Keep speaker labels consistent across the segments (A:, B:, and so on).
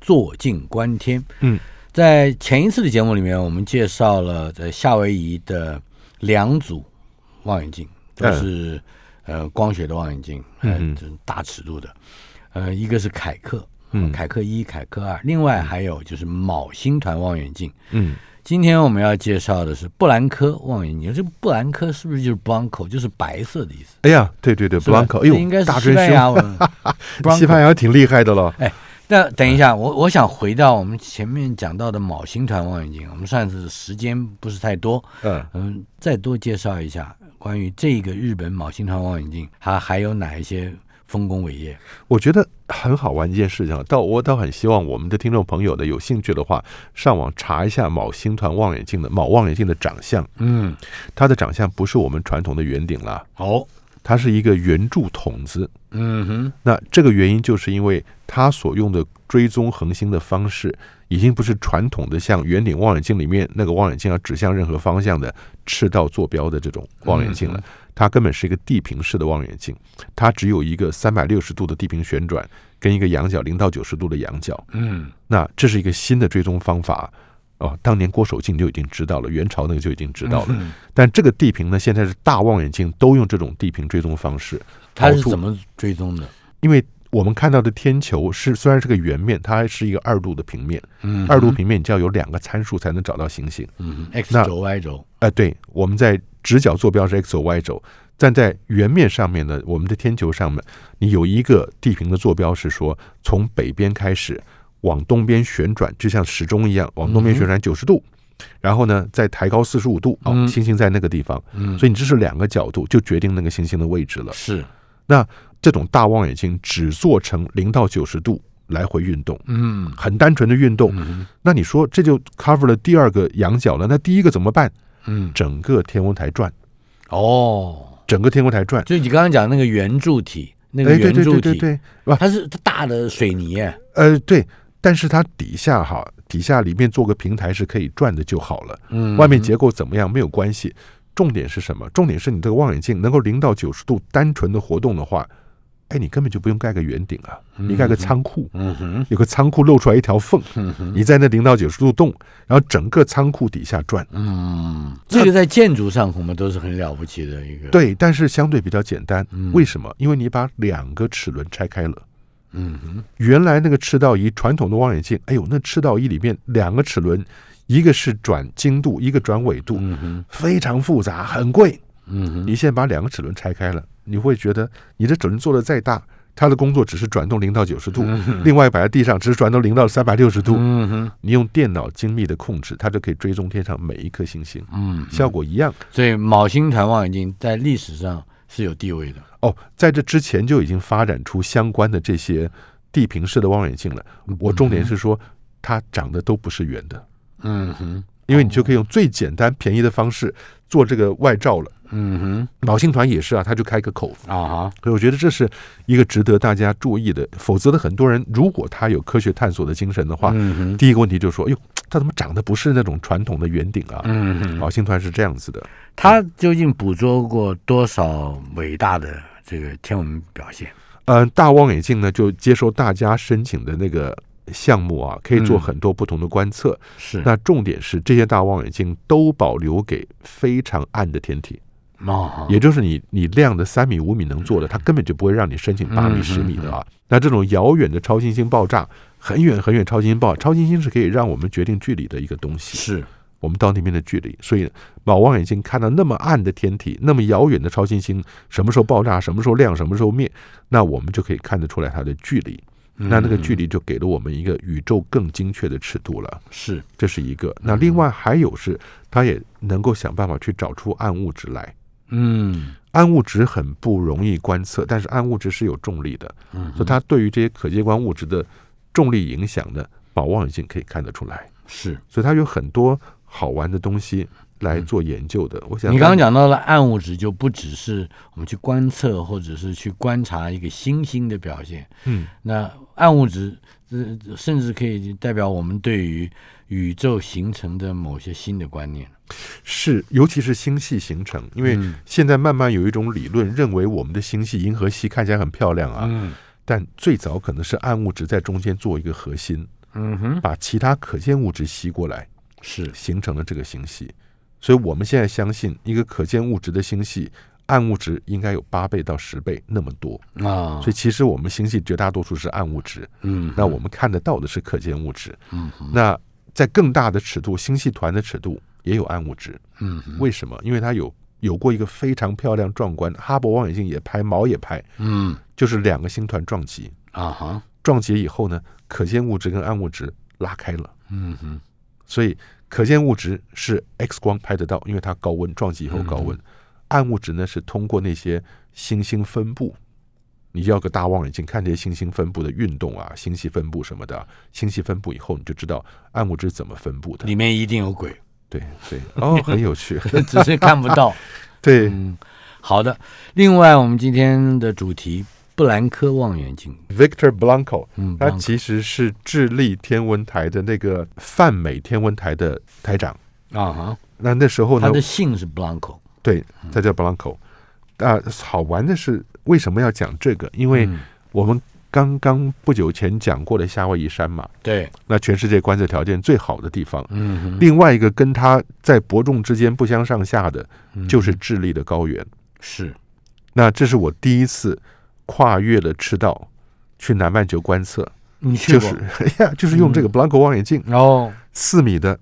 A: 坐井观天。
B: 嗯，
A: 在前一次的节目里面，我们介绍了在夏威夷的两组望远镜，都是、呃光学的望远镜，呃
B: 嗯嗯哼
A: 这种大尺度的。呃，一个是凯克，
B: 嗯
A: 凯克一、凯克二，另外还有就是昴星团望远镜。
B: 嗯
A: 今天我们要介绍的是布兰科望远镜，这个布兰科是不是就是 blanco，就是白色的意思？
B: 哎呀，对对对
A: 是吧
B: ，Blanco，哎呦，
A: 这应该
B: 大
A: 是
B: 真
A: 西班
B: 兄，
A: 牙 文。
B: 西
A: blanco
B: 班牙挺厉害的了。
A: 那等一下，我我想回到我们前面讲到的昴星团望远镜，我们上次时间不是太多，
B: 嗯，
A: 嗯，再多介绍一下关于这个日本昴星团望远镜，它还有哪一些丰功伟业？
B: 我觉得很好玩一件事情啊，倒我倒很希望我们的听众朋友呢，有兴趣的话，上网查一下昴星团望远镜的昴望远镜的长相，
A: 嗯，
B: 它的长相不是我们传统的圆顶了，
A: 哦，
B: 它是一个圆柱筒子。
A: 嗯哼，
B: 那这个原因就是因为它所用的追踪恒星的方式，已经不是传统的像圆顶望远镜里面那个望远镜要指向任何方向的赤道坐标的这种望远镜了，它根本是一个地平式的望远镜，它只有一个三百六十度的地平旋转跟一个仰角零到九十度的仰角。
A: 嗯，
B: 那这是一个新的追踪方法。哦，当年郭守敬就已经知道了，元朝那个就已经知道了。
A: 嗯
B: 但这个地平呢，现在是大望远镜都用这种地平追踪方式。
A: 它是
B: 好处
A: 怎么追踪的？
B: 因为我们看到的天球是虽然是个圆面，它还是一个二度的平面，
A: 嗯哼，
B: 二度平面你就要有两个参数才能找到行星。
A: 嗯哼，x
B: 那
A: 轴 y 轴，
B: 哎、对，我们在直角坐标是 x 轴 y 轴，站在圆面上面呢，我们的天球上面，你有一个地平的坐标是说从北边开始往东边旋转，就像时钟一样往
A: 嗯
B: 东边旋转九十度。然后呢，再抬高四十五度，哦，
A: 嗯
B: 星星在那个地方，
A: 嗯，
B: 所以你这是两个角度就决定那个星星的位置了。
A: 是，
B: 这种大望远镜只做成零到九十度来回运动，
A: 嗯
B: 很单纯的运动。
A: 嗯
B: 那你说这就 cover 了第二个仰角了，那第一个怎么办？
A: 嗯，
B: 整个天文台转，
A: 哦，
B: 整个天文台转。
A: 就你刚刚讲那个圆柱体，那个
B: 哎，对
A: 圆
B: 对
A: 柱
B: 对对
A: 体，
B: 对，
A: 它是它大的水泥耶，
B: 呃对，但是它底下哈，底下里面做个平台是可以转的就好了，
A: 嗯，
B: 外面结构怎么样没有关系。重点是什么？重点是你这个望远镜能够零到九十度单纯的活动的话，哎，你根本就不用盖个圆顶啊，你盖个仓库，
A: 嗯哼，嗯
B: 有个仓库露出来一条缝，你在那零到九十度动，然后整个仓库底下转。
A: 嗯，这个在建筑上恐怕都是很了不起的一个，，
B: 对，但是相对比较简单
A: 嗯。
B: 为什么？因为你把两个齿轮拆开了。
A: 嗯哼，
B: 原来那个赤道仪传统的望远镜，哎呦，那赤道仪里面两个齿轮，一个是转经度，一个转纬度，
A: 嗯哼，
B: 非常复杂，很贵。
A: 嗯哼，
B: 你现在把两个齿轮拆开了，你会觉得你的齿轮做的再大，它的工作只是转动零到九十度，另外摆在地上只是转动零到三百六十度。
A: 嗯哼，
B: 你用电脑精密的控制，它就可以追踪天上每一颗星星，
A: 嗯，
B: 效果一样。
A: 所以昴星团望远镜在历史上是有地位的，
B: 哦，在这之前就已经发展出相关的这些地平式的望远镜了。我重点是说，它长得都不是圆的，
A: 嗯哼，
B: 因为你就可以用最简单便宜的方式做这个外罩了。
A: 嗯
B: 昴星团也是啊，它就开个口，
A: 哼，啊哈，
B: 所以我觉得这是一个值得大家注意的。否则的，很多人如果他有科学探索的精神的话，
A: 嗯哼，
B: 第一个问题就是说，哎呦，它怎么长得不是那种传统的圆顶啊？
A: 嗯哼，
B: 昴星团是这样子的。
A: 它究竟捕捉过多少伟大的这个天文表现？
B: 嗯，大望远镜呢，就接受大家申请的那个项目啊，可以做
A: 嗯
B: 很多不同的观测。
A: 是，
B: 那重点是，这些大望远镜都保留给非常暗的天体，
A: 哦，
B: 也就是你你亮的三米、五米能做的，它根本就不会让你申请八米、
A: 嗯
B: 十米的啊。那这种遥远的超新星爆炸，很远很远超新星爆，超新星是可以让我们决定距离的一个东西。
A: 是，
B: 我们到那边的距离，所以老望远镜看到那么暗的天体，那么遥远的超新星，什么时候爆炸，什么时候亮，什么时候灭，那我们就可以看得出来它的距离。
A: 嗯
B: 那那个距离就给了我们一个宇宙更精确的尺度了，
A: 嗯是，
B: 这是一个。那另外还有是，它也能够想办法去找出暗物质来。
A: 嗯
B: 暗物质很不容易观测，但是暗物质是有重力的，
A: 嗯
B: 所以它对于这些可见光物质的重力影响呢，把望远镜可以看得出来。
A: 是。
B: 所以它有很多好玩的东西来做研究的。我想
A: 嗯你刚刚讲到了暗物质，就不只是我们去观测或者是去观察一个星星的表现。
B: 嗯，
A: 那暗物质，呃，甚至可以代表我们对于宇宙形成的某些新的观念。
B: 是，尤其是星系形成，因为
A: 嗯
B: 现在慢慢有一种理论认为我们的星系银河系看起来很漂亮啊，
A: 嗯
B: 但最早可能是暗物质在中间做一个核心，
A: 嗯哼，
B: 把其他可见物质吸过来，
A: 是
B: 形成了这个星系。所以我们现在相信，一个可见物质的星系，暗物质应该有八倍到十倍那么多。
A: 啊
B: 所，以其实我们星系绝大多数是暗物质，
A: 嗯，
B: 那我们看得到的是可见物质。
A: 嗯
B: 那在更大的尺度，星系团的尺度也有暗物质。
A: 嗯
B: 为什么？因为它有有过一个非常漂亮壮观，哈勃望远镜也拍，毛也拍，
A: 嗯
B: 就是两个星团撞击。
A: 啊哈，
B: 撞击以后呢，可见物质跟暗物质拉开了，
A: 嗯哼，
B: 所以可见物质是 X 光拍得到，因为它高温撞击以
A: 嗯
B: 后高温。暗物质呢是通过那些星星分布，你要个大望远镜看这些星星分布的运动啊、星系分布什么的啊，星系分布以后你就知道暗物质怎么分布的。
A: 里面一定有鬼，
B: 对对，哦，很有趣，
A: 只是看不到。
B: 对，
A: 嗯，好的。另外，我们今天的主题布兰科望远镜，
B: Victor Blanco，
A: 嗯，
B: 他
A: 帮
B: 其实是智利天文台的那个泛美天文台的台长。
A: 啊哈，
B: 那那时候呢
A: 他，的姓是 Blanco，
B: 对，他叫 Blanco。啊、好玩的是，为什么要讲这个？因为
A: 嗯
B: 我们刚刚不久前讲过的夏威夷山嘛，
A: 对，
B: 那全世界观测条件最好的地方。
A: 嗯哼，
B: 另外一个跟它在伯仲之间不相上下的，就是智利的高原。
A: 嗯是，
B: 那这是我第一次跨越了赤道去南半球观测，
A: 你去
B: 就
A: 过嗯
B: 是呀，就是 用这个 Blanco 望远镜，
A: 哦。
B: 四米的，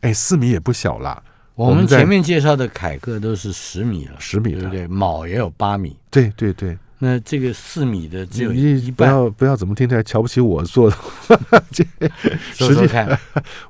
B: 哎，四米也不小啦，
A: 我
B: 我
A: 们
B: 们在
A: 前面介绍的凯克都是十米了，
B: 十米
A: 对不
B: 的，
A: 对？卯也有八米，
B: 对对对，
A: 那这个四米的只有
B: 你
A: 一
B: 不
A: 半，
B: 要不要怎么听起来瞧不起我做的，
A: 说说
B: 实际
A: 看，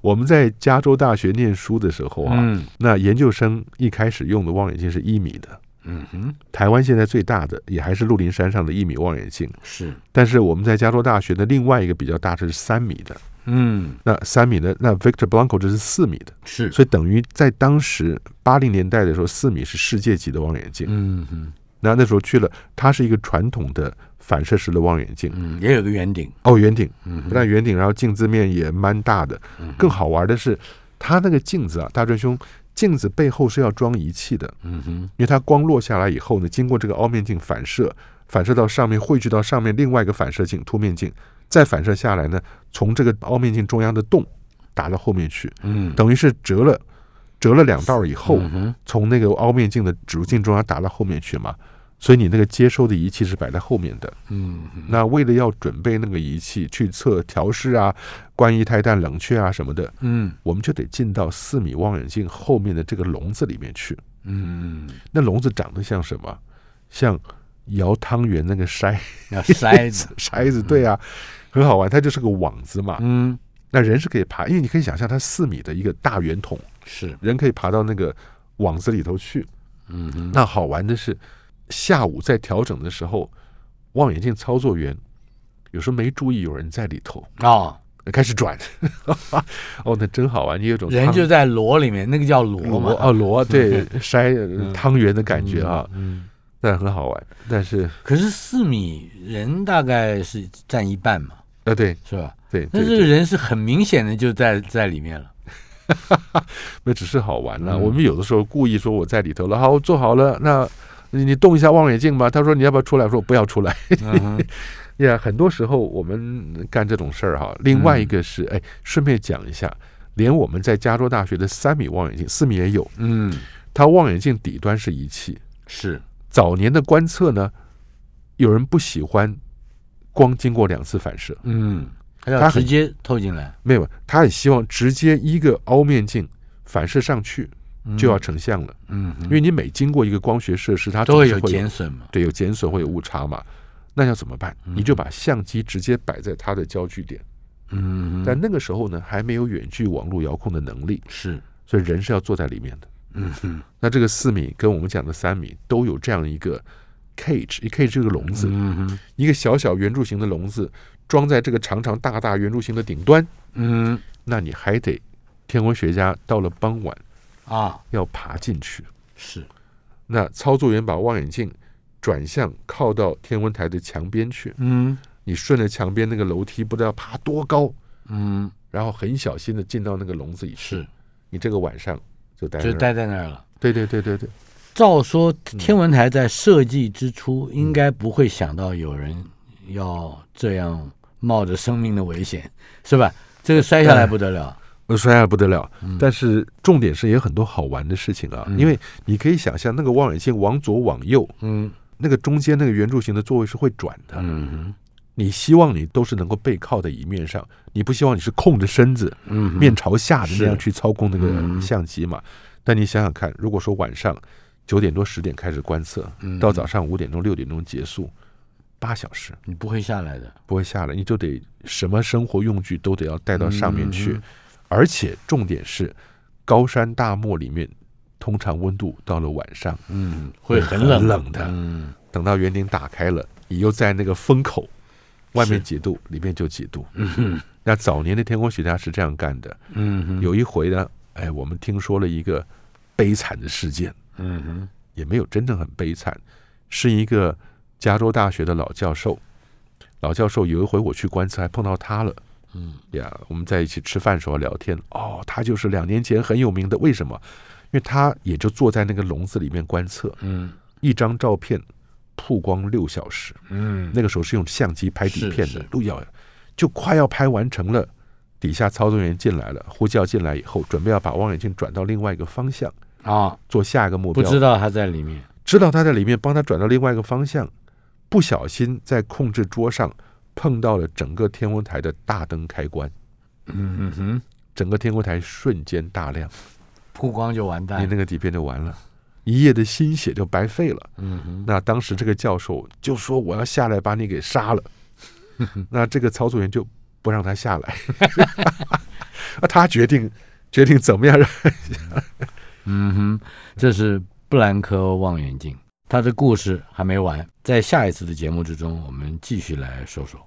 B: 我们在加州大学念书的时候啊，
A: 嗯
B: 那研究生一开始用的望远镜是一米的，
A: 嗯哼，
B: 台湾现在最大的也还是鹿林山上的一米望远镜，
A: 是，
B: 但是我们在加州大学的另外一个比较大的是三米的，
A: 嗯
B: 那三米的那 Victor Blanco 这是四米的，
A: 是，
B: 所以等于在当时八零年代的时候，四米是世界级的望远镜。
A: 嗯哼
B: 那那时候去了，它是一个传统的反射式的望远镜，
A: 嗯，也有个圆顶，
B: 哦，圆顶，
A: 嗯哼
B: 不但圆顶，然后镜子面也蛮大的。更好玩的是，它那个镜子啊，大专兄，镜子背后是要装仪器的，
A: 嗯哼，
B: 因为它光落下来以后呢，经过这个凹面镜反射，反射到上面，汇聚到上面另外一个反射镜凸面镜，再反射下来呢，从这个凹面镜中央的洞打到后面去，
A: 嗯，
B: 等于是折了折了两道以后，
A: 嗯哼，
B: 从那个凹面镜的植入镜中央打到后面去嘛。所以你那个接收的仪器是摆在后面的，
A: 嗯哼
B: 那为了要准备那个仪器去测调试啊、关于胎弹冷却啊什么的，
A: 嗯
B: 我们就得进到四米望远镜后面的这个笼子里面去。
A: 嗯，
B: 那笼子长得像什么？像舀汤圆那个筛
A: 要 筛子，
B: 筛子，对啊，很好玩。它就是个网子嘛。
A: 嗯，
B: 那人是可以爬，因为你可以想象它四米的一个大圆筒，
A: 是，
B: 人可以爬到那个网子里头去。
A: 嗯哼，
B: 那好玩的是，下午在调整的时候，望远镜操作员有时候没注意有人在里头。
A: 哦，
B: 开始转， 哦，那真好玩，你有种
A: 人
B: 汤
A: 就在螺里面，那个叫螺
B: 螺
A: 嘛，
B: 啊 螺，对，筛呃汤圆的感觉啊，
A: 嗯，
B: 但很好玩。但是
A: 可是四米人大概是占一半嘛，
B: 啊，对
A: 是吧？
B: 对
A: 那
B: 对，
A: 这个
B: 对
A: 人是很明显的就在在里面 了，
B: 那只是好玩了。啊
A: 嗯
B: 我们有的时候故意说我在里头了，好，我做好了，那你你动一下望远镜吧。他说你要不要出来？我说不要出 来。
A: 嗯
B: 呀，很多时候我们干这种事儿哈。另外一个是，哎，顺便讲一下，连我们在加州大学的三米望远镜，四米也有，
A: 嗯，
B: 它望远镜底端是仪器，
A: 是，
B: 早年的观测呢，有人不喜欢光经过两次反射，
A: 嗯，他要
B: 他很
A: 直接透进来，
B: 没有，他很希望直接一个凹面镜反射上去
A: 嗯
B: 就要成像了，
A: 嗯哼，
B: 因为你每经过一个光学设施，它
A: 都会有
B: 总是会
A: 减损嘛，
B: 对有减损会有误差嘛。那要怎么办？你就把相机直接摆在它的焦距点，
A: 嗯哼，
B: 但那个时候呢，还没有远距网络遥控的能力，
A: 是，
B: 所以人是要坐在里面的。
A: 嗯哼，
B: 那这个四米跟我们讲的三米都有这样一个 cage，一 cage 这个笼子，
A: 嗯哼，
B: 一个小小圆柱形的笼子装在这个长长大大圆柱形的顶端，
A: 嗯
B: 那你还得天文学家到了傍晚
A: 啊，
B: 要爬进去。
A: 是，
B: 那操作员把望远镜转向靠到天文台的墙边去，
A: 嗯
B: 你顺着墙边那个楼梯，不知道爬多高，
A: 嗯，
B: 然后很小心的进到那个笼子里去。
A: 是，
B: 你这个晚上就待在
A: 就
B: 那儿。
A: 待在那儿了。
B: 对对对对对，
A: 照说天
B: 嗯
A: 文台在设计之初，应该不会想到有人要这样冒着生命的危险，是吧？这个摔下来不得了，
B: 呃摔下来不得了。但是重点是也有很多好玩的事情啊，因为你可以想象那个望远镜往左往右，
A: 嗯
B: 那个中间那个圆柱形的座位是会转的。
A: 嗯
B: 你希望你都是能够背靠在椅面上，你不希望你是空着身子
A: 嗯哼，
B: 面朝下的那样
A: 是
B: 去操控那个
A: 嗯
B: 相机嘛。但你想想看，如果说晚上九点多十点开始观测，
A: 嗯
B: 到早上五点钟六点钟结束，八小时
A: 你嗯不会下来的，
B: 不会下来，你就得什么生活用具都得要带到上面
A: 嗯
B: 去，而且重点是高山大漠里面。通常温度到了晚上，
A: 嗯，会
B: 很
A: 很冷
B: 冷的
A: 嗯
B: 等到园林打开了，你又在那个风口，外面
A: 是
B: 几度，里面就几度。
A: 嗯哼
B: 那早年的天文学家是这样干的，
A: 嗯哼，
B: 有一回呢，哎，我们听说了一个悲惨的事件，
A: 嗯哼
B: 也没有真正很悲惨，是一个加州大学的老教授。老教授有一回我去观测，还碰到他了。
A: 嗯
B: 呀，我们在一起吃饭的时候聊天。哦，他就是两年前很有名的，为什么？因为他也就坐在那个笼子里面观测，
A: 嗯
B: 一张照片曝光六小时。
A: 嗯，
B: 那个时候是用相机拍底片
A: 是
B: 的
A: 是，
B: 路遥就快要拍完成了，底下操作员进来了，呼叫进来以后，准备要把望远镜转到另外一个方向，
A: 啊，
B: 做下一个目
A: 不
B: 标。
A: 知道他在里面，
B: 知道他在里面，帮他转到另外一个方向，不小心在控制桌上碰到了整个天文台的大灯开关，
A: 嗯哼，
B: 整个天文台瞬间大亮，
A: 曝光就完
B: 你
A: 蛋，
B: 那个底片就完了，一夜的心血就白费了。
A: 嗯哼，
B: 那当时这个教授就说：“我要下来把你给杀了。”那这个操作员就不让他下来， 那他决定决定怎么样让
A: 嗯哼，这是布兰科望远镜，它的故事还没完，在下一次的节目之中，我们继续来说说。